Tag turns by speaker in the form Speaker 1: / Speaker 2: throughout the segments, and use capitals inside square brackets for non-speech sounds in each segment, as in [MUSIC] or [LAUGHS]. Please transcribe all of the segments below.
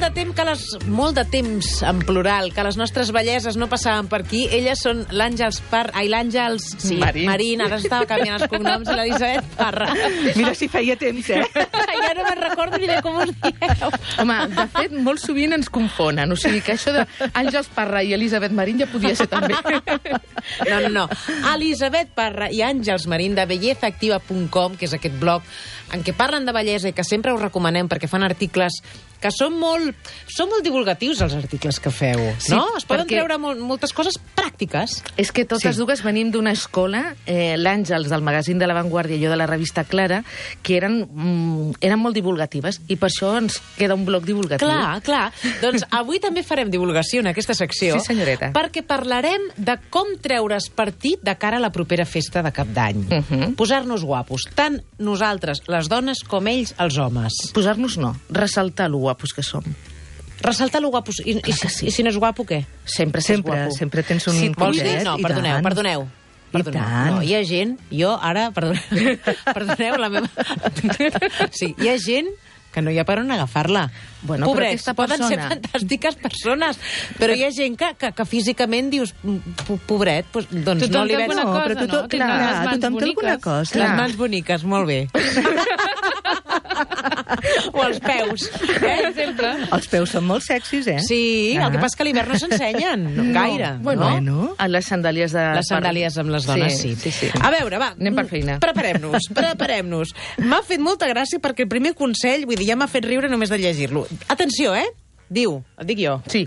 Speaker 1: dones molt de temps en plural, que les nostres belleses no passaven per aquí. Elles són l'Àngels Par... Ai, l'Àngels... Sí,
Speaker 2: Marín.
Speaker 1: Marín. Ara estava canviant els cognoms i l'Elisabet Parra.
Speaker 2: Mira si feia temps, eh?
Speaker 1: ja no me'n recordo ni de com us dieu.
Speaker 3: Home, de fet, molt sovint ens confonen. O sigui que això d'Àngels Parra i Elisabet Marín ja podia ser també.
Speaker 1: No, no, no. Elisabet Parra i Àngels Marín de bellezaactiva.com, que és aquest blog en què parlen de bellesa i que sempre us recomanem perquè fan articles que són molt, són molt divulgatius els articles que feu,
Speaker 3: Sí,
Speaker 1: no? Es poden
Speaker 3: perquè-
Speaker 1: treure mol, moltes coses pràctiques.
Speaker 3: És que totes
Speaker 1: Sí.
Speaker 3: sí. dues venim d'una escola, eh, l'Àngels del magazín de La Vanguardia i jo de la revista Clara, que eren, mm, eren molt divulgatives i per això ens queda un bloc divulgatiu.
Speaker 1: Clar, clar. Doncs avui també farem divulgació en aquesta secció.
Speaker 3: Sí, senyoreta.
Speaker 1: Perquè parlarem de com treure's partit de cara a la propera festa de cap d'any.
Speaker 3: Mhm.
Speaker 1: Posar-nos guapos, tant nosaltres, les dones, com ells, els homes.
Speaker 3: Posar-nos no, ressaltar lo guapos que som.
Speaker 1: Ressaltar lo guapos. I, i, si, I si no és guapo, què?
Speaker 3: Sempre s'és
Speaker 2: Sempre,
Speaker 3: guapo.
Speaker 2: sempre tens un
Speaker 3: Si et
Speaker 1: Vols
Speaker 3: vols
Speaker 1: dir?
Speaker 2: cuidet,
Speaker 1: No,
Speaker 2: i
Speaker 1: perdoneu,
Speaker 2: tant.
Speaker 1: perdoneu. Perdoneu.
Speaker 2: tant.
Speaker 1: No, hi ha gent, jo ara, perdoneu, [LAUGHS] perdoneu la meva... [LAUGHS] Sí, hi ha gent que no hi ha per on agafar-la.
Speaker 3: Bueno, però
Speaker 1: Pobrets,
Speaker 3: aquesta
Speaker 1: poden
Speaker 3: persona-
Speaker 1: ser fantàstiques persones, però hi ha gent que, que, que físicament dius, "Mm, pobret, doncs, doncs no
Speaker 4: Tothom
Speaker 1: li
Speaker 4: té
Speaker 1: veig...
Speaker 4: alguna
Speaker 2: No,
Speaker 4: cosa,
Speaker 2: però tothom,
Speaker 4: no?
Speaker 2: clar,
Speaker 4: Tindrà les mans
Speaker 2: tothom té alguna
Speaker 4: boniques.
Speaker 2: cosa.
Speaker 1: Les mans boniques, molt bé. [LAUGHS] o els peus. Eh?
Speaker 4: Per exemple.
Speaker 2: Els peus són molt sexis, eh?
Speaker 1: Sí, el que passa és que a l'hivern no s'ensenyen, no, gaire.
Speaker 3: Bueno,
Speaker 1: no?
Speaker 2: Bueno.
Speaker 3: a les sandàlies de...
Speaker 1: Les sandàlies amb les dones, sí.
Speaker 3: sí, sí.
Speaker 1: A veure, va. mm,
Speaker 3: Anem per feina. [LAUGHS]
Speaker 1: Preparem-nos, preparem-nos. M'ha fet molta gràcia perquè el primer consell, vull dir, ja m'ha fet riure només de llegir-lo. Atenció, eh? Diu, et dic jo.
Speaker 3: Sí.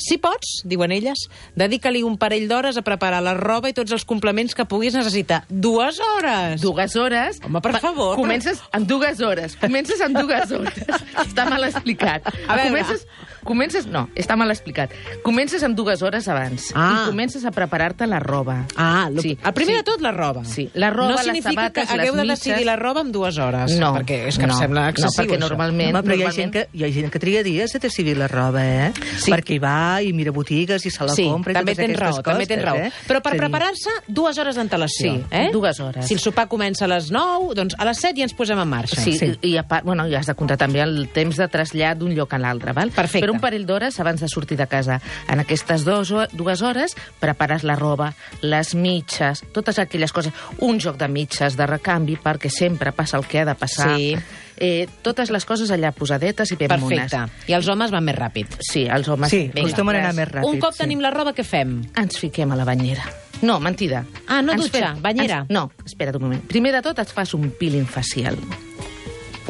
Speaker 1: Si pots, diuen elles, dedica-li un parell d'hores a preparar la roba i tots els complements que puguis necessitar. Dues hores!
Speaker 3: Dues hores...
Speaker 1: Home, per
Speaker 3: Pa-
Speaker 1: favor,
Speaker 3: Comences amb dues hores. Comences amb dues
Speaker 1: [LAUGHS]
Speaker 3: hores. està mal explicat.
Speaker 1: A veure.
Speaker 3: Comences, comences... No, està mal explicat. Comences amb dues hores abans.
Speaker 1: Ah.
Speaker 3: I comences a preparar-te la roba.
Speaker 1: Ah, lo...
Speaker 3: Sí,
Speaker 1: el primer
Speaker 3: sí.
Speaker 1: de tot, la roba.
Speaker 3: Sí, la roba,
Speaker 1: no
Speaker 3: les
Speaker 1: significa
Speaker 3: sabates,
Speaker 1: que hagueu
Speaker 3: les
Speaker 1: de decidir
Speaker 3: mitges.
Speaker 1: la roba en dues hores.
Speaker 3: No.
Speaker 1: Perquè és que
Speaker 3: no,
Speaker 1: em sembla
Speaker 3: No,
Speaker 1: excessiu,
Speaker 3: perquè
Speaker 1: això.
Speaker 3: normalment...
Speaker 2: Home, però hi ha, gent
Speaker 3: normalment...
Speaker 2: que, hi ha gent que tria dies a decidir la roba, eh?
Speaker 3: Sí.
Speaker 2: Perquè hi va i mira botigues i se la compra i
Speaker 1: també
Speaker 2: totes
Speaker 1: tens
Speaker 2: aquestes
Speaker 1: raó,
Speaker 2: coses.
Speaker 1: també tens raó.
Speaker 2: Eh?
Speaker 1: Però per
Speaker 2: És a dir,
Speaker 1: preparar-se, dues hores d'antelació.
Speaker 3: Sí,
Speaker 1: eh?
Speaker 3: dues hores.
Speaker 1: Si el sopar comença a les 9, doncs a les 7 ja ens posem en marxa.
Speaker 3: Sí,
Speaker 2: Sí.
Speaker 3: sí. I, i a part, bueno, ja has de comptar també el temps de trasllat d'un lloc a l'altre, val?
Speaker 1: Perfecte.
Speaker 3: Però un parell d'hores abans de sortir de casa. En aquestes dues, ho- dues hores prepares la roba, les mitges, totes aquelles coses. Un joc de mitges, de recanvi, perquè sempre passa el que ha de passar.
Speaker 1: Sí.
Speaker 3: Eh, totes les coses allà posadetes i ben
Speaker 1: Perfecte.
Speaker 3: mones.
Speaker 1: I els homes van més ràpid.
Speaker 3: Sí, els homes...
Speaker 2: Sí, acostumen a anar més ràpid.
Speaker 1: Un cop
Speaker 2: sí.
Speaker 1: tenim la roba, què fem?
Speaker 3: Ens fiquem a la banyera. No, mentida.
Speaker 1: Ah, no
Speaker 3: Ens
Speaker 1: dutxa,
Speaker 3: fem-
Speaker 1: banyera.
Speaker 3: Ens, no, espera't un moment. Primer de tot et fas un peeling facial.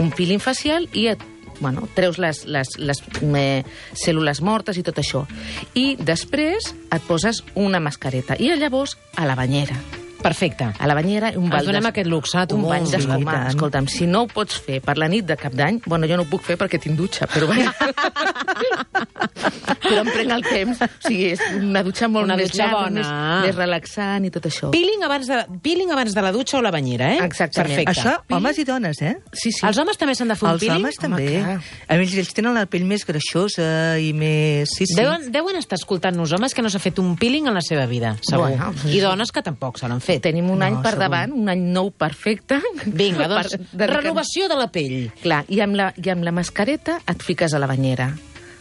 Speaker 3: Un peeling facial i et bueno, treus les, les, les eh, cèl·lules mortes i tot això. I després et poses una mascareta. I llavors a la banyera.
Speaker 1: Perfecte.
Speaker 3: A la banyera i un
Speaker 1: Ens
Speaker 3: bany...
Speaker 1: donem
Speaker 3: d'es-
Speaker 1: aquest luxe, tu,
Speaker 3: Un bany
Speaker 1: molt,
Speaker 2: i
Speaker 3: d'escomar.
Speaker 2: tant.
Speaker 3: Escolta'm, si no ho pots fer per la nit de cap d'any... Bueno, jo no ho puc fer perquè tinc dutxa, però
Speaker 1: [LAUGHS]
Speaker 3: vaja... però em prenc el temps. O sigui, és una dutxa molt
Speaker 1: Una
Speaker 3: més
Speaker 1: dutxa
Speaker 3: llarga,
Speaker 1: bona.
Speaker 3: Més, més relaxant i tot
Speaker 2: Oh.
Speaker 3: això.
Speaker 1: Peeling abans, de, peeling abans de la dutxa o la banyera, eh?
Speaker 3: Exactament.
Speaker 1: Perfecte.
Speaker 2: Això, homes i dones, eh?
Speaker 3: Sí, sí.
Speaker 1: Els homes també s'han de fer un
Speaker 2: Els
Speaker 1: peeling?
Speaker 2: homes
Speaker 3: Home,
Speaker 2: també.
Speaker 3: clar.
Speaker 2: a més, ells tenen la pell més greixosa i més... Sí, sí.
Speaker 1: Deuen, deuen estar escoltant-nos homes que no s'ha fet un peeling en la seva vida, segur.
Speaker 3: Bueno, pues-
Speaker 1: I dones que tampoc se l'han fet.
Speaker 3: Tenim un
Speaker 2: No,
Speaker 3: any per
Speaker 2: segur.
Speaker 3: davant, un any nou perfecte.
Speaker 1: Vinga, doncs,
Speaker 3: [LAUGHS] Per- de-
Speaker 1: renovació de la pell.
Speaker 3: Clar, i amb, la, i amb la mascareta et fiques a la banyera.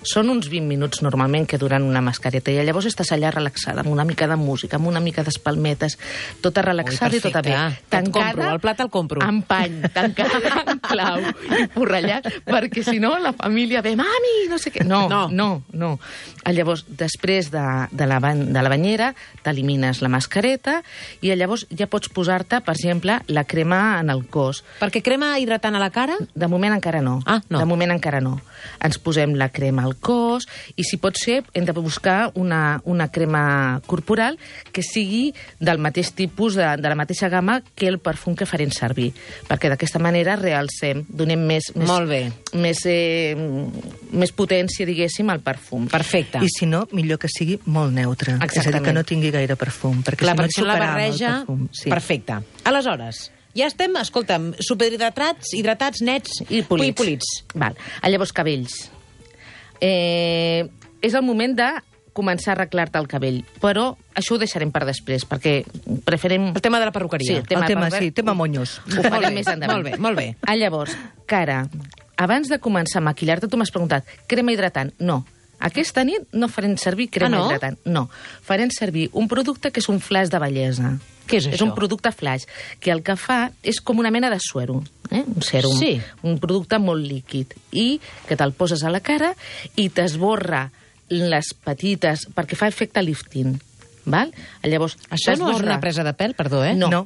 Speaker 3: Són uns 20 minuts normalment que duran una mascareta i llavors estàs allà relaxada, amb una mica de música, amb una mica d'espalmetes, tota relaxada
Speaker 1: Ui,
Speaker 3: i tota bé.
Speaker 1: perfecte. Et compro, el plat el compro.
Speaker 3: Amb pany, tancada
Speaker 1: [LAUGHS]
Speaker 3: amb clau i porrellat, perquè si no la família ve, mami, no sé què. No,
Speaker 1: No.
Speaker 3: no, no. no. Ah, Llavors, després de, de, la, ban de la banyera, t'elimines la mascareta i llavors ja pots posar-te, per exemple, la crema en el cos.
Speaker 1: Perquè crema hidratant a la cara?
Speaker 3: De moment encara no.
Speaker 1: Ah, no.
Speaker 3: De moment encara no. Ens posem la crema al cos i, si pot ser, hem de buscar una, una crema corporal que sigui del mateix tipus, de, de la mateixa gamma que el perfum que farem servir. Perquè d'aquesta manera realcem, donem més... més
Speaker 1: Molt bé.
Speaker 3: Més, eh, més potència, diguéssim, al perfum.
Speaker 1: Perfecte.
Speaker 2: I si no, millor que sigui molt neutre. És a dir,
Speaker 3: Exactament.
Speaker 2: que no tingui gaire perfum, perquè
Speaker 1: Clar,
Speaker 2: si no
Speaker 1: perquè
Speaker 2: et
Speaker 1: si no la
Speaker 2: xocarà amb el
Speaker 1: barreja...
Speaker 2: perfum. Sí.
Speaker 1: Perfecte. Aleshores, ja estem, escolta'm, superhidratats, hidratats, nets
Speaker 3: i polits.
Speaker 1: I polits.
Speaker 3: Val. Ah, Llavors, cabells. Eh, és el moment de començar a arreglar-te el cabell, però això ho deixarem per després, perquè preferim...
Speaker 1: El tema de la perruqueria.
Speaker 3: Sí, tema
Speaker 2: el tema,
Speaker 3: per-
Speaker 2: sí, tema monyos.
Speaker 3: Ho
Speaker 1: Molt bé,
Speaker 3: farem més endavant.
Speaker 1: molt bé, molt bé.
Speaker 3: Ah, llavors, cara, abans de començar a maquillar-te, tu m'has preguntat, crema hidratant? No, Aquesta nit no farem servir crema
Speaker 1: Ah, no?
Speaker 3: hidratant. No, farem servir un producte que és un flash de bellesa.
Speaker 1: Què és
Speaker 3: És un
Speaker 1: això?
Speaker 3: producte flash, que el que fa és com una mena de suero, eh? un sèrum.
Speaker 1: Sí.
Speaker 3: Un producte molt líquid i que te'l poses a la cara i t'esborra les petites, perquè fa efecte lifting. Val? Llavors,
Speaker 1: Això no és
Speaker 3: t'esborra-
Speaker 1: una presa de pèl, perdó, eh?
Speaker 3: No.
Speaker 1: [LAUGHS]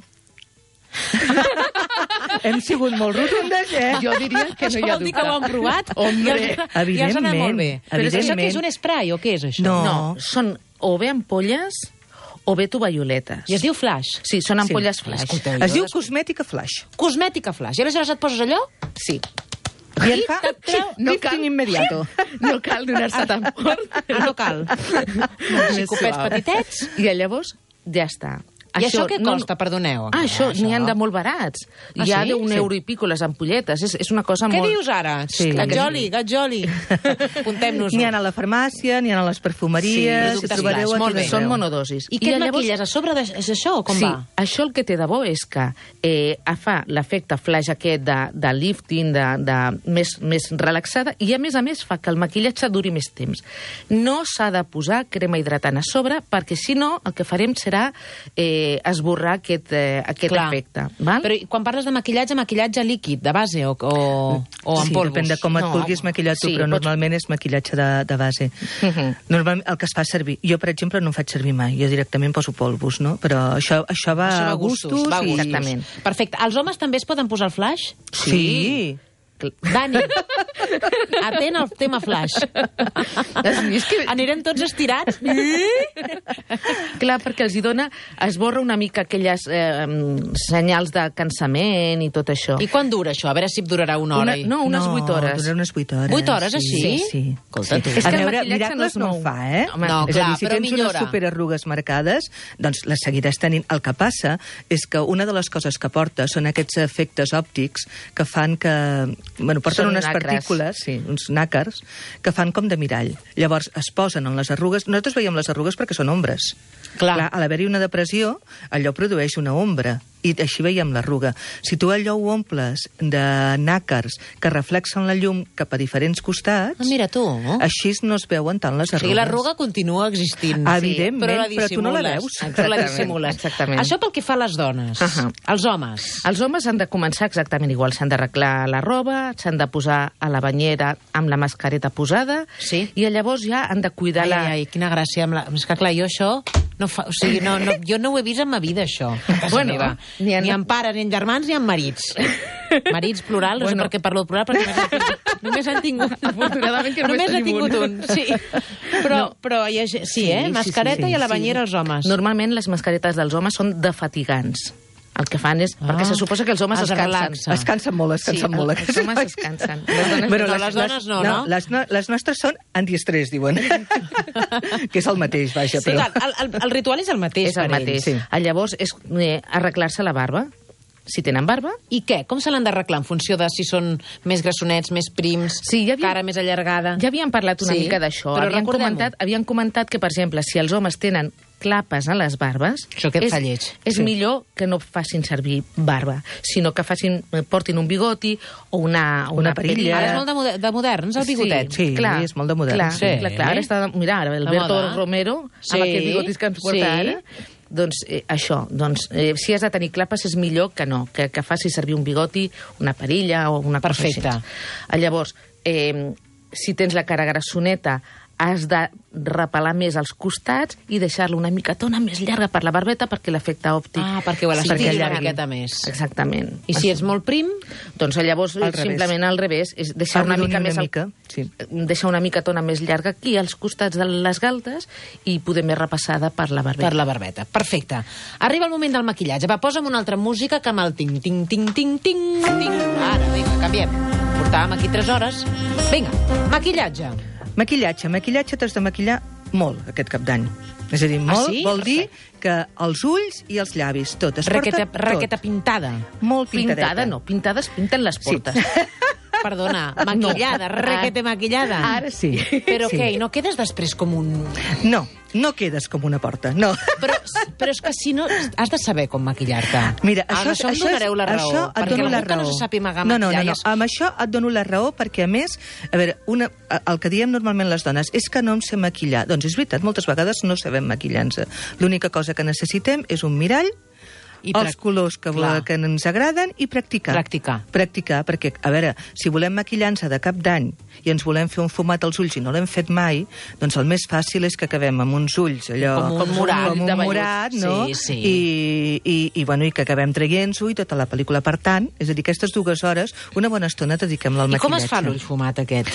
Speaker 2: No. Hem sigut molt rotundes, eh?
Speaker 3: Jo diria que no
Speaker 1: Això
Speaker 3: hi ha
Speaker 1: vol dir que ho han [LAUGHS] provat?
Speaker 3: Hombre,
Speaker 1: I els- I els ha anat
Speaker 2: evidentment,
Speaker 1: molt bé. Però és això
Speaker 2: evidentment.
Speaker 1: que és un spray o què és això?
Speaker 2: No.
Speaker 3: No, són o bé ampolles o bé tovalloletes.
Speaker 1: I es diu flash.
Speaker 3: Sí, són ampolles flash.
Speaker 1: Escolteu,
Speaker 2: Es diu
Speaker 1: jo-
Speaker 2: cosmètica flash.
Speaker 1: Cosmètica flash. I aleshores et poses allò?
Speaker 3: Sí.
Speaker 2: I et [LAUGHS] fa
Speaker 1: Tic-tac, treu-
Speaker 2: lifting
Speaker 1: [LAUGHS]
Speaker 2: immediato.
Speaker 3: No cal donar-se tan fort.
Speaker 1: Ah, [LAUGHS] no cal.
Speaker 3: Més
Speaker 1: copets
Speaker 3: suau.
Speaker 1: petitets.
Speaker 3: I llavors, ja està.
Speaker 1: I això què costa? Perdoneu,
Speaker 3: Ah,
Speaker 1: encara,
Speaker 3: això,
Speaker 1: això.
Speaker 3: n'hi han de molt barats.
Speaker 1: Ah,
Speaker 3: Hi ha
Speaker 1: sí?
Speaker 3: d'un
Speaker 1: Sí.
Speaker 3: euro i pico les ampolletes. És, és una cosa
Speaker 1: Què
Speaker 3: molt...
Speaker 1: dius ara?
Speaker 2: Sí.
Speaker 1: Gatjoli,
Speaker 2: [LAUGHS]
Speaker 1: gatjoli. Apuntem-nos-ho.
Speaker 2: N'hi ha a la farmàcia, n'hi ha a les perfumeries,
Speaker 1: Sí,
Speaker 2: sí,
Speaker 3: Ah,
Speaker 2: trobareu
Speaker 1: flash,
Speaker 2: a
Speaker 1: molt
Speaker 2: tot
Speaker 1: bé.
Speaker 2: arreu.
Speaker 3: Són monodosis.
Speaker 1: I què et
Speaker 3: llavors-
Speaker 1: maquilles? A sobre de, és això o com
Speaker 3: sí,
Speaker 1: va?
Speaker 3: això el que té de bo és que eh, fa l'efecte flash aquest de, de lifting, de, de més, més relaxada, i a més a més fa que el maquillatge duri més temps. No s'ha de posar crema hidratant a sobre, perquè si no el que farem serà eh, esborrar aquest, eh, aquest efecte. Val?
Speaker 1: Però i quan parles de maquillatge, maquillatge líquid, de base o, o, o en
Speaker 2: sí,
Speaker 1: polvos?
Speaker 2: depèn de com et
Speaker 3: No,
Speaker 2: vulguis
Speaker 3: home.
Speaker 2: maquillar tu,
Speaker 3: Sí,
Speaker 2: però
Speaker 3: pots-
Speaker 2: normalment és maquillatge de, de base.
Speaker 3: Mhm.
Speaker 2: Normalment el que es fa servir... Jo, per exemple, no en faig servir mai. Jo directament poso polvos, no? Però això, això va,
Speaker 1: Això va
Speaker 2: a gustos.
Speaker 1: va a
Speaker 2: i-
Speaker 1: gustos.
Speaker 3: Exactament.
Speaker 1: Perfecte. Els homes també es poden posar el flash?
Speaker 2: Sí. [LAUGHS]
Speaker 1: Dani, atent al tema flash.
Speaker 3: Has vist que-
Speaker 1: Anirem tots estirats.
Speaker 3: Clar, perquè els hi dona, esborra una mica aquelles eh, senyals de cansament i tot això.
Speaker 1: I quan dura això? A veure si et durarà una hora. i-
Speaker 3: Una, no, unes
Speaker 2: no,
Speaker 3: 8 hores.
Speaker 2: Durarà unes 8 hores.
Speaker 1: Vuit hores,
Speaker 2: sí.
Speaker 1: així?
Speaker 2: Sí, sí.
Speaker 1: Escolta, tu.
Speaker 3: És que
Speaker 2: a
Speaker 3: el
Speaker 2: veure,
Speaker 3: maquillatge
Speaker 2: miracles
Speaker 3: no
Speaker 2: no,
Speaker 3: es
Speaker 2: en
Speaker 3: mou.
Speaker 2: fa, eh?
Speaker 1: Home, no,
Speaker 2: és a
Speaker 1: clar,
Speaker 2: dir, si
Speaker 1: però
Speaker 2: tens
Speaker 1: millora.
Speaker 2: unes superarrugues marcades, doncs les seguiràs tenint. El que passa és que una de les coses que porta són aquests efectes òptics que fan que... Bueno, porten
Speaker 3: Són
Speaker 2: unes
Speaker 3: nacres.
Speaker 2: partícules, sí, uns nàcars, que fan com de mirall. Llavors, es posen en les arrugues... Nosaltres veiem les arrugues perquè són ombres.
Speaker 1: Clar.
Speaker 2: Clar a l'haver-hi una depressió, allò produeix una ombra i així veiem l'arruga. Si tu allò ho omples de nàcars que reflexen la llum cap a diferents costats,
Speaker 1: Ah, mira tu.
Speaker 2: així no es veuen tant les
Speaker 1: O
Speaker 2: arrugues.
Speaker 1: sigui, l'arruga continua existint.
Speaker 2: Evidentment,
Speaker 1: però, la
Speaker 2: però tu no la
Speaker 1: dissimules.
Speaker 2: veus.
Speaker 1: Però la
Speaker 3: Exactament,
Speaker 1: dissimules.
Speaker 3: exactament.
Speaker 1: Això pel que fa a les dones.
Speaker 3: Ahà.
Speaker 1: Els homes.
Speaker 3: Els homes han de començar exactament igual. S'han d'arreglar la roba, s'han de posar a la banyera amb la mascareta posada
Speaker 1: Sí.
Speaker 3: i llavors ja han de cuidar
Speaker 1: Ai,
Speaker 3: la...
Speaker 1: ai, quina gràcia. Amb la... És que, clar, jo això... No fa... o sigui, no, no, jo no ho he vist en ma vida, això.
Speaker 3: Bueno,
Speaker 1: meva.
Speaker 3: ni
Speaker 1: ni,
Speaker 3: en-
Speaker 1: en... ni amb pares, ni en germans, ni en marits. Marits plural, no bueno. sé per què parlo plural, perquè només en tinc, només en tinc un.
Speaker 3: [LAUGHS] Afortunadament que només
Speaker 1: només n'he
Speaker 3: tenim
Speaker 1: tingut
Speaker 3: un.
Speaker 1: un. Sí. Però, no. però hi ha... gent- sí, sí, eh?
Speaker 3: sí,
Speaker 1: Mascareta
Speaker 3: sí,
Speaker 1: i a la
Speaker 3: sí.
Speaker 1: banyera els homes.
Speaker 3: Normalment les mascaretes dels homes són defatigants. El que fan és...
Speaker 1: Ah.
Speaker 3: Perquè se suposa que els homes
Speaker 1: Els
Speaker 3: es cansen.
Speaker 1: relaxa.
Speaker 2: Es cansen molt, es cansen
Speaker 3: sí,
Speaker 2: molt. eh?
Speaker 3: Els, els homes es cansen. Les dones
Speaker 1: Bueno,
Speaker 3: no.
Speaker 1: les dones no, no?
Speaker 2: Les, no, les nostres són
Speaker 1: [LAUGHS]
Speaker 2: antiestrès, diuen. que és el mateix, vaja,
Speaker 1: Sí,
Speaker 2: però...
Speaker 1: clar, el, el, el ritual és el mateix
Speaker 3: És el
Speaker 1: per
Speaker 3: mateix.
Speaker 1: ells.
Speaker 2: sí.
Speaker 3: Ah, Llavors és eh, arreglar-se la barba. Si tenen barba,
Speaker 1: I què? Com se l'han d'arreglar en funció de si són més grassonets, més prims,
Speaker 3: Sí, hi havia-
Speaker 1: cara més allargada?
Speaker 3: Ja havíem parlat una
Speaker 1: Sí,
Speaker 3: sí, mica d'això.
Speaker 1: però
Speaker 3: Havien
Speaker 1: recordem-ho.
Speaker 3: comentat, havien comentat que, per exemple, si els homes tenen clapes a les barbes...
Speaker 1: Això que et
Speaker 3: és,
Speaker 1: fa lleig.
Speaker 3: És
Speaker 2: Sí.
Speaker 3: millor que no facin servir barba, sinó que facin, eh, portin un bigoti o una, o
Speaker 2: Una
Speaker 3: una
Speaker 2: perilla.
Speaker 3: perilla.
Speaker 1: Ara és molt de, moder de moderns, el bigotet.
Speaker 2: Sí, és molt de modern.
Speaker 3: Clar,
Speaker 2: Sí.
Speaker 3: sí. clar, clar, ara està... Mira, ara, Alberto
Speaker 1: moda.
Speaker 3: Romero,
Speaker 1: Sí,
Speaker 3: amb aquests bigotis que ens porta
Speaker 1: sí.
Speaker 3: ara... Doncs eh, això, doncs, eh, si has de tenir clapes és millor que no, que, que faci servir un bigoti, una perilla o una
Speaker 1: Perfecte.
Speaker 3: cosa així. Ah, Llavors, eh, si tens la cara grassoneta, has de repelar més als costats i deixar-la una micatona més llarga per la barbeta perquè l'efecte òptic...
Speaker 1: Ah, perquè ho
Speaker 3: perquè
Speaker 1: elastigui una
Speaker 3: allargui.
Speaker 1: miqueta més.
Speaker 3: Exactament.
Speaker 1: I si ets molt prim,
Speaker 3: Doncs llavors,
Speaker 2: Al revés.
Speaker 3: simplement al revés, és deixar una
Speaker 2: Arrodonir
Speaker 3: mica
Speaker 2: una
Speaker 3: més... al-
Speaker 2: mica, sí.
Speaker 3: Deixar una mica tona més llarga aquí, als costats de les galtes, i poder més repassada per la barbeta.
Speaker 1: per la barbeta. Perfecte. Arriba el moment del maquillatge. Va, posa'm una altra música que amb el ting, ting, ting, ting, ting, ting. Ara, vinga, canviem. Portàvem aquí 3 hores. Vinga, maquillatge.
Speaker 2: Maquillatge. Maquillatge t'has de maquillar molt aquest cap d'any. És a dir,
Speaker 1: Ah,
Speaker 2: molt
Speaker 1: sí?
Speaker 2: vol dir que els ulls i els llavis, tot. Es
Speaker 1: Raqueta,
Speaker 2: porta tot.
Speaker 1: raqueta pintada.
Speaker 2: Molt
Speaker 3: pintada
Speaker 1: [LAUGHS]
Speaker 2: pintadeta.
Speaker 3: [LAUGHS] no, pintades pinten les portes.
Speaker 2: Sí.
Speaker 1: Perdona, maquillada, no. requete maquillada.
Speaker 3: Ara sí.
Speaker 1: Però
Speaker 2: Ah, sí.
Speaker 1: què, i no quedes després com un...
Speaker 2: No, no quedes com una porta, no.
Speaker 1: Però, però és que si no... Has de saber com maquillar-te.
Speaker 2: Mira,
Speaker 1: Ara,
Speaker 2: això,
Speaker 1: Ah, això, em donareu la raó.
Speaker 2: Això et
Speaker 1: perquè
Speaker 2: dono la
Speaker 1: algú
Speaker 2: raó.
Speaker 1: que no se sàpiga maquillar...
Speaker 2: no, no, no,
Speaker 1: ja
Speaker 2: no. ah,
Speaker 1: és-
Speaker 2: Amb això et dono la raó perquè, a més, a veure, una, el que diem normalment les dones és que no em sé maquillar. Doncs és veritat, moltes vegades no sabem maquillar-nos. L'única cosa que necessitem és un mirall,
Speaker 1: I
Speaker 2: I
Speaker 1: prac-
Speaker 2: els colors que,
Speaker 1: clar.
Speaker 2: vo- que ens agraden i practicar.
Speaker 1: Practicar.
Speaker 2: Practicar, perquè, a veure, si volem maquillar-nos de cap d'any i ens volem fer un fumat als ulls i no l'hem fet mai, doncs el més fàcil és que acabem amb uns ulls allò...
Speaker 1: Com un murat
Speaker 2: com
Speaker 1: de
Speaker 2: un
Speaker 1: vellut.
Speaker 2: murat no?
Speaker 1: Sí, sí.
Speaker 2: I, i, i, bueno, i que acabem traient-s'ho i tota la pel·lícula. Per tant, és a dir, aquestes dues hores, una bona estona dediquem-la al
Speaker 1: I com es
Speaker 2: maquillatge.
Speaker 1: fa l'ull fumat aquest?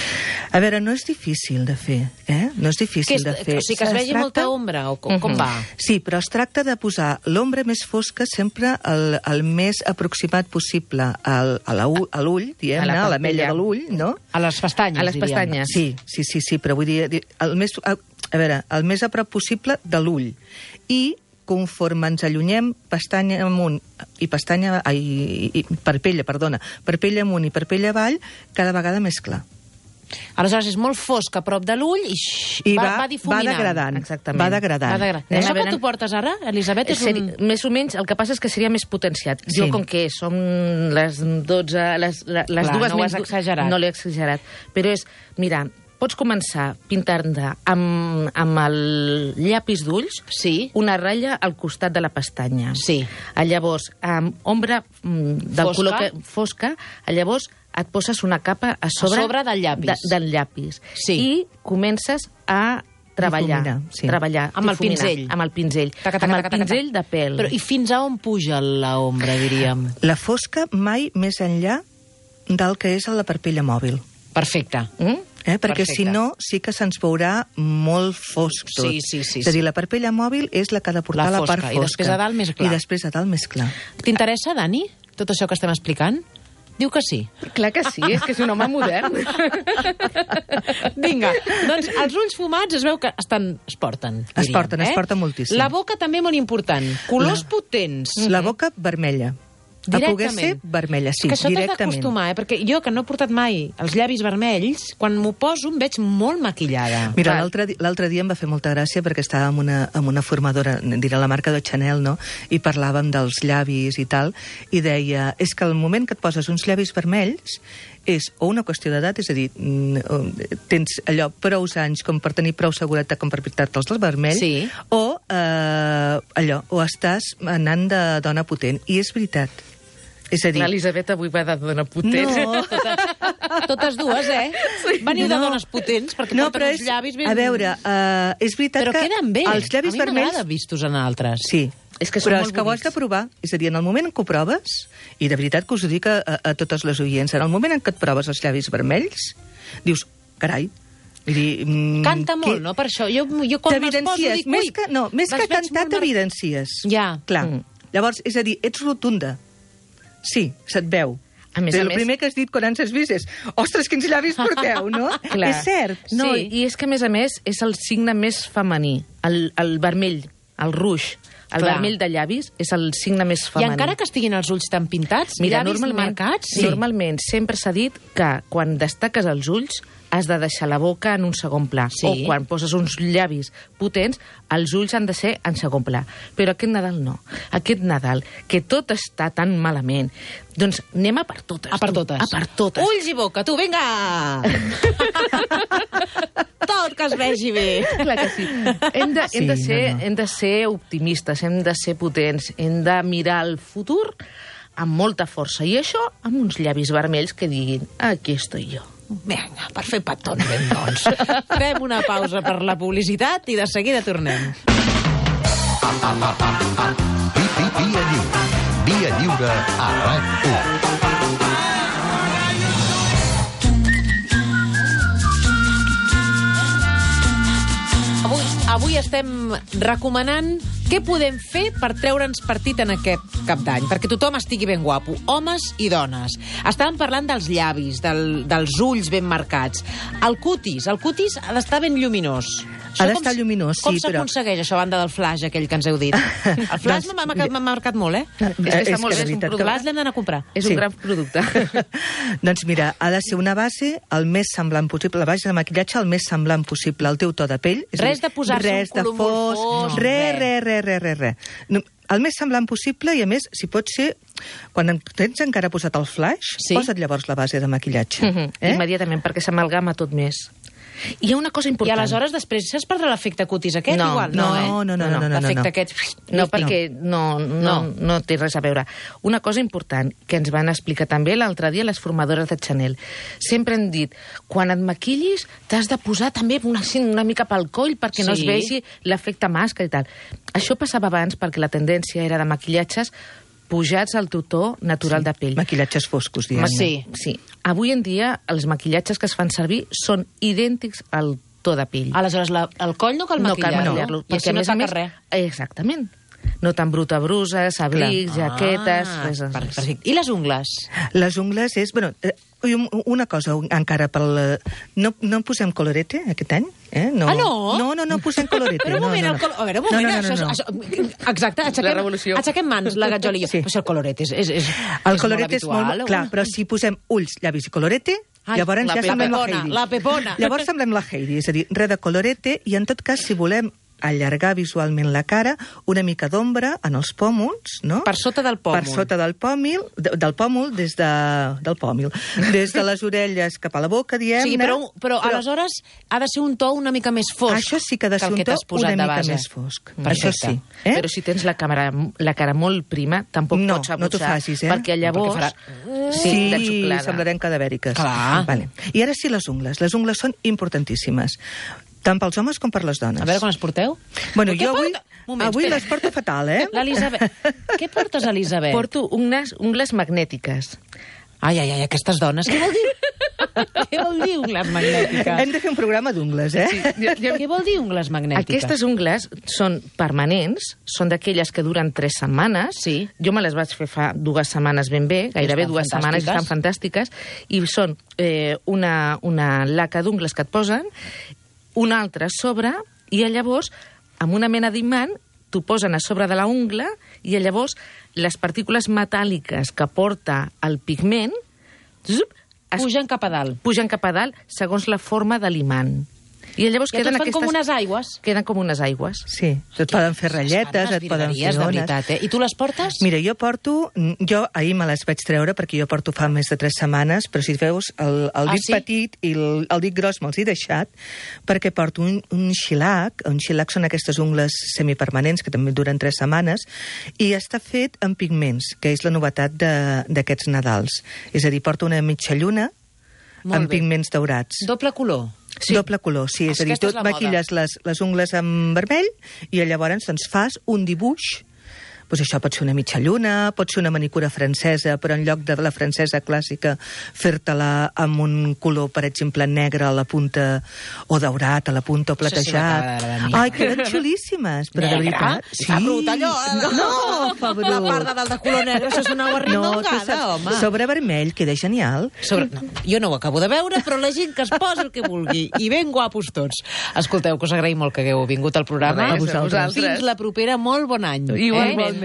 Speaker 2: A veure, no és difícil de fer, eh? No és
Speaker 1: Que
Speaker 2: difícil
Speaker 1: és,
Speaker 2: de fer.
Speaker 1: o sigui, que es vegi molta
Speaker 2: tracta-
Speaker 1: ombra, o com, com
Speaker 3: Mhm.
Speaker 1: va?
Speaker 2: Sí, però es tracta de posar l'ombra més fosca sempre el, el més aproximat possible al, a la u- a l'ull, diguem-ne,
Speaker 3: A la
Speaker 2: a la mella
Speaker 3: pantalla.
Speaker 2: de l'ull, no?
Speaker 1: A les pestanyes,
Speaker 3: A les
Speaker 1: diríem.
Speaker 3: pestanyes.
Speaker 2: Sí, sí, sí, sí, però vull dir, dir, el més, a, a veure, el més a prop possible de l'ull. I conforme ens allunyem pestanya amunt i pestanya... Ai, i, i, parpella, perdona, parpella amunt i parpella avall, cada vegada més clar.
Speaker 1: Aleshores, és molt fosc a prop de l'ull i, xx,
Speaker 2: I
Speaker 1: va,
Speaker 2: va-
Speaker 1: va difuminant.
Speaker 2: va degradant,
Speaker 3: Exactament.
Speaker 2: va degradant.
Speaker 1: Va degradant.
Speaker 3: Eh?
Speaker 1: Això que
Speaker 3: Venen-
Speaker 1: tu portes ara, Elisabet, és un...
Speaker 3: Seri- Més o menys, el que passa és que seria més potenciat. Sí. Jo,
Speaker 2: Sí.
Speaker 3: com que som les 12... Les, les
Speaker 1: Clar,
Speaker 3: dues
Speaker 1: no ho
Speaker 3: menys
Speaker 1: has
Speaker 3: du-
Speaker 1: exagerat.
Speaker 3: No l'he exagerat. Però és, mira, pots començar pintant-te amb, amb el llapis d'ulls
Speaker 1: Sí.
Speaker 3: una ratlla al costat de la pestanya.
Speaker 1: Sí.
Speaker 3: Ah, Llavors, amb ombra mm, del
Speaker 1: Fosca.
Speaker 3: color que, fosca, ah, llavors et poses una capa a sobre,
Speaker 1: sobre del llapis.
Speaker 3: de- del llapis.
Speaker 1: Sí.
Speaker 3: I comences a treballar.
Speaker 2: Difuminar, sí.
Speaker 3: treballar
Speaker 1: Amb el
Speaker 3: difuminar,
Speaker 1: pinzell.
Speaker 3: Amb el pinzell.
Speaker 1: Taca, taca,
Speaker 3: amb
Speaker 1: taca,
Speaker 3: el
Speaker 1: taca, taca.
Speaker 3: pinzell de pèl.
Speaker 1: Però i fins a on puja l'ombra, diríem?
Speaker 2: La fosca mai més enllà del que és a la parpella mòbil.
Speaker 1: Perfecte.
Speaker 3: Mm?
Speaker 2: Eh? Perquè
Speaker 1: Perfecte.
Speaker 2: si no, sí que se'ns veurà molt fosc tot.
Speaker 1: Sí, sí, sí,
Speaker 2: És a dir,
Speaker 1: sí.
Speaker 2: la parpella mòbil és la que ha de portar
Speaker 1: La
Speaker 2: la,
Speaker 1: fosca,
Speaker 2: part
Speaker 1: i
Speaker 2: fosca.
Speaker 1: després a dalt més clar.
Speaker 2: I després a dalt més clar.
Speaker 1: T'interessa, Dani, tot això que estem explicant? Diu que
Speaker 2: [LAUGHS]
Speaker 1: sí.
Speaker 3: Clar que sí, és que és un home modern.
Speaker 1: Vinga, doncs els ulls fumats es veu que estan, es porten.
Speaker 2: Es
Speaker 1: diríem,
Speaker 2: porten, es
Speaker 1: eh?
Speaker 2: porten moltíssim.
Speaker 1: La boca també molt important. Colors
Speaker 2: La-
Speaker 1: potents.
Speaker 2: La boca vermella. A poder
Speaker 1: Mhm. Directament.
Speaker 2: ser vermella,
Speaker 1: És que
Speaker 2: sí,
Speaker 1: això t'has
Speaker 2: directament.
Speaker 1: d'acostumar, eh? perquè jo, que no he portat mai els llavis vermells, quan m'ho poso em veig molt maquillada.
Speaker 2: Mira,
Speaker 3: Val.
Speaker 2: l'altre di- l'altre dia em va fer molta gràcia perquè estava amb una, amb una formadora, diré la marca de Chanel, no? I parlàvem dels llavis i tal, i deia, és que el moment que et poses uns llavis vermells és o una qüestió d'edat, és a dir, mm, o tens allò prou anys com per tenir prou seguretat com per pintar-te els vermells,
Speaker 1: Sí.
Speaker 2: o eh, allò, o estàs anant de dona potent. I és veritat. És a dir,
Speaker 3: L'Elisabet avui va de dona potent.
Speaker 2: [LAUGHS] no,
Speaker 1: Totes dues, eh? Veniu de dones potents, perquè
Speaker 2: no,
Speaker 1: porten
Speaker 2: però
Speaker 1: uns
Speaker 2: és,
Speaker 1: llavis ben...
Speaker 2: A veure, uh, és veritat
Speaker 1: Però
Speaker 2: que
Speaker 1: queden bé.
Speaker 2: els llavis
Speaker 1: a mi
Speaker 2: vermells...
Speaker 1: m'agrada vistos en altres.
Speaker 2: Sí.
Speaker 3: És que són
Speaker 2: Però
Speaker 3: molt
Speaker 2: és que ho has
Speaker 3: bonics.
Speaker 2: de provar. És a dir, en el moment en què ho proves, i de veritat que us ho dic a, a, a totes les oients, en el moment en què et proves els llavis vermells, dius, carai, Vull dir, mm,
Speaker 1: Canta molt,
Speaker 2: que-
Speaker 1: no?, per això. Jo, jo quan me'ls poso
Speaker 2: T'evidencies.
Speaker 1: dic...
Speaker 2: Més
Speaker 1: "Ui,
Speaker 2: que, no, més
Speaker 1: les
Speaker 2: que
Speaker 1: veig
Speaker 2: cantar,
Speaker 1: molt mar-
Speaker 2: t'evidencies.
Speaker 1: Ja.
Speaker 2: Clar.
Speaker 3: Mm.
Speaker 2: Llavors, és a dir, ets rotunda. Sí, se't veu.
Speaker 3: A més
Speaker 2: Però
Speaker 3: a
Speaker 2: el
Speaker 3: més-
Speaker 2: primer que has dit quan ens has vist és ostres, quins llavis porteu,
Speaker 1: [LAUGHS]
Speaker 2: no?
Speaker 3: Clar.
Speaker 2: És cert.
Speaker 3: No,
Speaker 1: Sí.
Speaker 3: I és que, a més a més, és el signe més femení. El, el vermell, el ruix, el
Speaker 1: Clar.
Speaker 3: Clar. vermell de llavis és el signe més
Speaker 1: I
Speaker 3: femení.
Speaker 1: encara que estiguin els ulls tan pintats, Mira, llavis marcats...
Speaker 3: sí. normalment sempre s'ha dit que quan destaques els ulls has de deixar la boca en un segon pla.
Speaker 1: Sí.
Speaker 3: O quan poses uns llavis potents, els ulls han de ser en segon pla. Però aquest Nadal no. Aquest Nadal, que tot està tan malament, doncs anem a per totes.
Speaker 1: A per
Speaker 3: tu.
Speaker 1: totes.
Speaker 3: A per totes.
Speaker 1: Ulls i boca, tu, vinga!
Speaker 2: [LAUGHS]
Speaker 1: Tot que es vegi bé.
Speaker 3: Clar que sí. Hem de, hem, de
Speaker 2: Sí,
Speaker 3: ser,
Speaker 2: no, no.
Speaker 3: hem de ser optimistes, hem de ser potents, hem de mirar el futur amb molta força. I això amb uns llavis vermells que diguin aquí estoy jo.
Speaker 1: Vinga, per fer petons, ben
Speaker 2: [LAUGHS]
Speaker 1: doncs. Fem una pausa per la publicitat i de seguida tornem.
Speaker 4: Pi, pi, via lliure. Via lliure a RAC 1.
Speaker 1: Avui, avui estem recomanant què podem fer per treure'ns partit en aquest cap d'any, perquè tothom estigui ben guapo, homes i dones. Estàvem parlant dels llavis, del, dels ulls ben marcats. El cutis, el cutis ha d'estar ben lluminós.
Speaker 2: Ha
Speaker 1: com
Speaker 2: d'estar
Speaker 1: s-
Speaker 2: lluminós, sí,
Speaker 1: Com
Speaker 2: però- Doncs
Speaker 1: s'aconsegueix això, a banda del flash aquell que ens heu
Speaker 2: [LAUGHS]
Speaker 1: dit? El flash m'ha marcat, m'ha marcat molt, eh?
Speaker 3: És que està
Speaker 2: és
Speaker 3: molt
Speaker 2: que
Speaker 3: bé, és un
Speaker 2: de veritat que-
Speaker 3: producte.
Speaker 1: Flash l'hem d'anar a comprar.
Speaker 3: És
Speaker 2: Sí.
Speaker 3: un gran
Speaker 2: [LAUGHS]
Speaker 3: producte.
Speaker 2: doncs mira, ha de ser una base el més semblant possible, la base de maquillatge el més semblant possible al teu to de pell. És a
Speaker 1: Res
Speaker 2: dir,
Speaker 1: de posar-se un
Speaker 2: res de
Speaker 1: color molt
Speaker 2: fosc,
Speaker 1: fosc,
Speaker 2: res,
Speaker 1: no.
Speaker 2: res, res, res, res, res. No, el més semblant possible i, a més, si pot ser, quan en- tens encara posat el flash,
Speaker 1: Sí.
Speaker 2: posa't llavors la base de maquillatge. eh?
Speaker 3: Mhm, Immediatament, perquè s'amalgama tot més. Hi ha una cosa
Speaker 1: I
Speaker 3: important.
Speaker 1: aleshores després es perdrà l'efecte cutis aquest
Speaker 3: No,
Speaker 1: igual?
Speaker 2: no,
Speaker 1: eh?
Speaker 2: no, no, no, no, no, no.
Speaker 1: L'efecte aquest...
Speaker 3: No, perquè no, no,
Speaker 1: No.
Speaker 3: no té res a veure. Una cosa important que ens van explicar també l'altre dia les formadores de Chanel. Sempre han dit, quan et maquillis t'has de posar també una, així una mica pel coll perquè no es
Speaker 1: Sí.
Speaker 3: vegi l'efecte màscara i tal. Això passava abans perquè la tendència era de maquillatges pujats al tutor natural de pell.
Speaker 2: Maquillatges foscos, diguem-ne.
Speaker 1: Sí.
Speaker 3: Sí. Avui en dia els maquillatges que es fan servir són idèntics al to de pell
Speaker 1: Aleshores, la, el coll no cal
Speaker 3: no cal
Speaker 1: maquillar-lo.
Speaker 3: maquillar-lo.
Speaker 1: I així no
Speaker 3: a
Speaker 1: taca res.
Speaker 3: Exactament. No tan bruta bruses, abrics, jaquetes... res,
Speaker 1: Ah,
Speaker 3: res, res.
Speaker 1: perfecte. I les ungles?
Speaker 2: Les ungles és... Bueno, eh, i un- una cosa un- encara pel... eh, No, no posem colorete aquest any? Eh? No.
Speaker 1: Ah, no?
Speaker 2: No, no, no
Speaker 1: [LAUGHS]
Speaker 2: posem colorete.
Speaker 1: Però un moment,
Speaker 2: no,
Speaker 1: el
Speaker 2: no, no.
Speaker 1: col... a veure, un moment,
Speaker 2: no, no, no,
Speaker 1: això,
Speaker 2: no.
Speaker 1: és- això, exacte, aixequem,
Speaker 3: La revolució.
Speaker 1: aixequem mans, la Gajol i jo.
Speaker 2: Sí.
Speaker 1: Sí. Però si el coloret és, és, és,
Speaker 2: El
Speaker 1: és
Speaker 2: coloret
Speaker 1: molt
Speaker 2: és molt...
Speaker 1: habitual, o-
Speaker 2: Clar, però si posem ulls, llavis i colorete,
Speaker 1: Ai,
Speaker 2: Ai, llavors
Speaker 1: la
Speaker 2: ja semblem la
Speaker 1: pepona,
Speaker 2: Heidi.
Speaker 1: la pepona.
Speaker 2: [LAUGHS] Llavors semblem la Heidi, és a dir, res de colorete, i en tot cas, si volem allargar visualment la cara, una mica d'ombra en els pòmuls, no?
Speaker 1: Per sota del pòmul.
Speaker 2: Per sota del pòmul, de- del pòmul, des de, del pòmul, des de les orelles cap a la boca, diem-ne.
Speaker 1: Sí, però, però, aleshores ha de ser un to una mica més fosc.
Speaker 2: Això sí que ha de ser
Speaker 1: el
Speaker 2: un
Speaker 1: t'has
Speaker 2: to
Speaker 1: posat
Speaker 2: una
Speaker 1: de
Speaker 2: mica
Speaker 1: base.
Speaker 2: més fosc.
Speaker 1: Perfecte.
Speaker 2: Això sí.
Speaker 3: Eh?
Speaker 2: Eh?
Speaker 3: Però si tens la, cara, la cara molt prima, tampoc
Speaker 2: No,
Speaker 3: pots
Speaker 2: no t'ho
Speaker 3: abusar.
Speaker 2: facis, eh?
Speaker 3: Perquè llavors...
Speaker 1: Perquè
Speaker 3: Farà...
Speaker 2: Sí,
Speaker 3: de xuclada.
Speaker 2: semblarem cadavèriques.
Speaker 1: Clar.
Speaker 2: Vale. I ara sí, les ungles. Les ungles són importantíssimes, tant pels homes com per les dones.
Speaker 1: A veure quan es porteu.
Speaker 2: Bueno,
Speaker 1: Però què
Speaker 2: jo avui,
Speaker 1: porta- Moment,
Speaker 2: avui
Speaker 1: espera.
Speaker 2: les porto fatal, eh?
Speaker 1: L'Elisabet... Què portes, Elisabet?
Speaker 3: Porto ungles, ungles magnètiques.
Speaker 1: Ai, ai, ai, aquestes dones. Què vol dir? [LAUGHS] Què vol dir ungles magnètiques?
Speaker 2: [LAUGHS] Hem de fer un programa d'ungles, eh?
Speaker 1: Què vol dir ungles magnètiques?
Speaker 3: Aquestes ungles són permanents, són d'aquelles que duren tres setmanes.
Speaker 1: Sí.
Speaker 3: Jo me les vaig fer fa dues setmanes ben bé, gairebé
Speaker 1: Estan
Speaker 3: dues setmanes, i estan fantàstiques. I són eh, una, una laca d'ungles que et posen, una altra a sobre, i llavors, amb una mena d'imant, t'ho posen a sobre de la ungla, i llavors les partícules metàl·liques que porta el pigment zup, es
Speaker 1: Pugen cap a dalt.
Speaker 3: pugen cap a dalt segons la forma de l'imant. I llavors
Speaker 1: I
Speaker 3: queden
Speaker 1: aquestes fan
Speaker 3: aquestes...
Speaker 1: com unes aigües.
Speaker 3: Queden com unes aigües.
Speaker 2: Sí, et poden fer ratlletes,
Speaker 1: Fan
Speaker 2: et poden
Speaker 1: esbirderies,
Speaker 2: fer
Speaker 1: de
Speaker 2: ones...
Speaker 1: veritat, eh? I tu les portes?
Speaker 2: Mira, jo porto... Jo ahir me les vaig treure perquè jo porto fa més de tres setmanes, però si veus el, el
Speaker 1: Ah,
Speaker 2: dit
Speaker 1: sí?
Speaker 2: petit i el, el dit gros me'ls he deixat perquè porto un, un xilac. Un xilac són aquestes ungles semipermanents que també duren tres setmanes i està fet amb pigments, que és la novetat de- d'aquests Nadals. És a dir, porto una mitja lluna
Speaker 1: Molt
Speaker 2: amb
Speaker 1: bé.
Speaker 2: pigments daurats.
Speaker 1: Doble color.
Speaker 2: Sí. Doble color, sí. És a dir,
Speaker 1: Aquesta
Speaker 2: tu
Speaker 1: és
Speaker 2: et
Speaker 1: la moda.
Speaker 2: maquilles les, les ungles en vermell i llavors doncs, fas un dibuix Pues això pot ser una mitja lluna, pot ser una manicura francesa, però en lloc de la francesa clàssica fer-te-la amb un color, per exemple, negre a la punta, o daurat a la punta, o
Speaker 1: Això sí
Speaker 2: platejat.
Speaker 1: m'agrada de mi.
Speaker 2: Ai, queden xulíssimes, però de veritat.
Speaker 1: Sí. Fa brut, allò. eh?
Speaker 2: No, fa brut.
Speaker 1: La part de dalt de color negre, això és una
Speaker 2: No, tu
Speaker 1: guarrindongada,
Speaker 2: saps,
Speaker 1: home.
Speaker 2: sobre vermell queda genial.
Speaker 1: Sobre... No, jo no ho acabo de veure, però la gent que es posa el que vulgui. I ben guapos tots. Escolteu, que us agraïm molt que hagueu vingut al programa.
Speaker 3: Res,
Speaker 2: a vosaltres.
Speaker 1: Fins la propera. Molt bon any. eh?
Speaker 3: Igualment,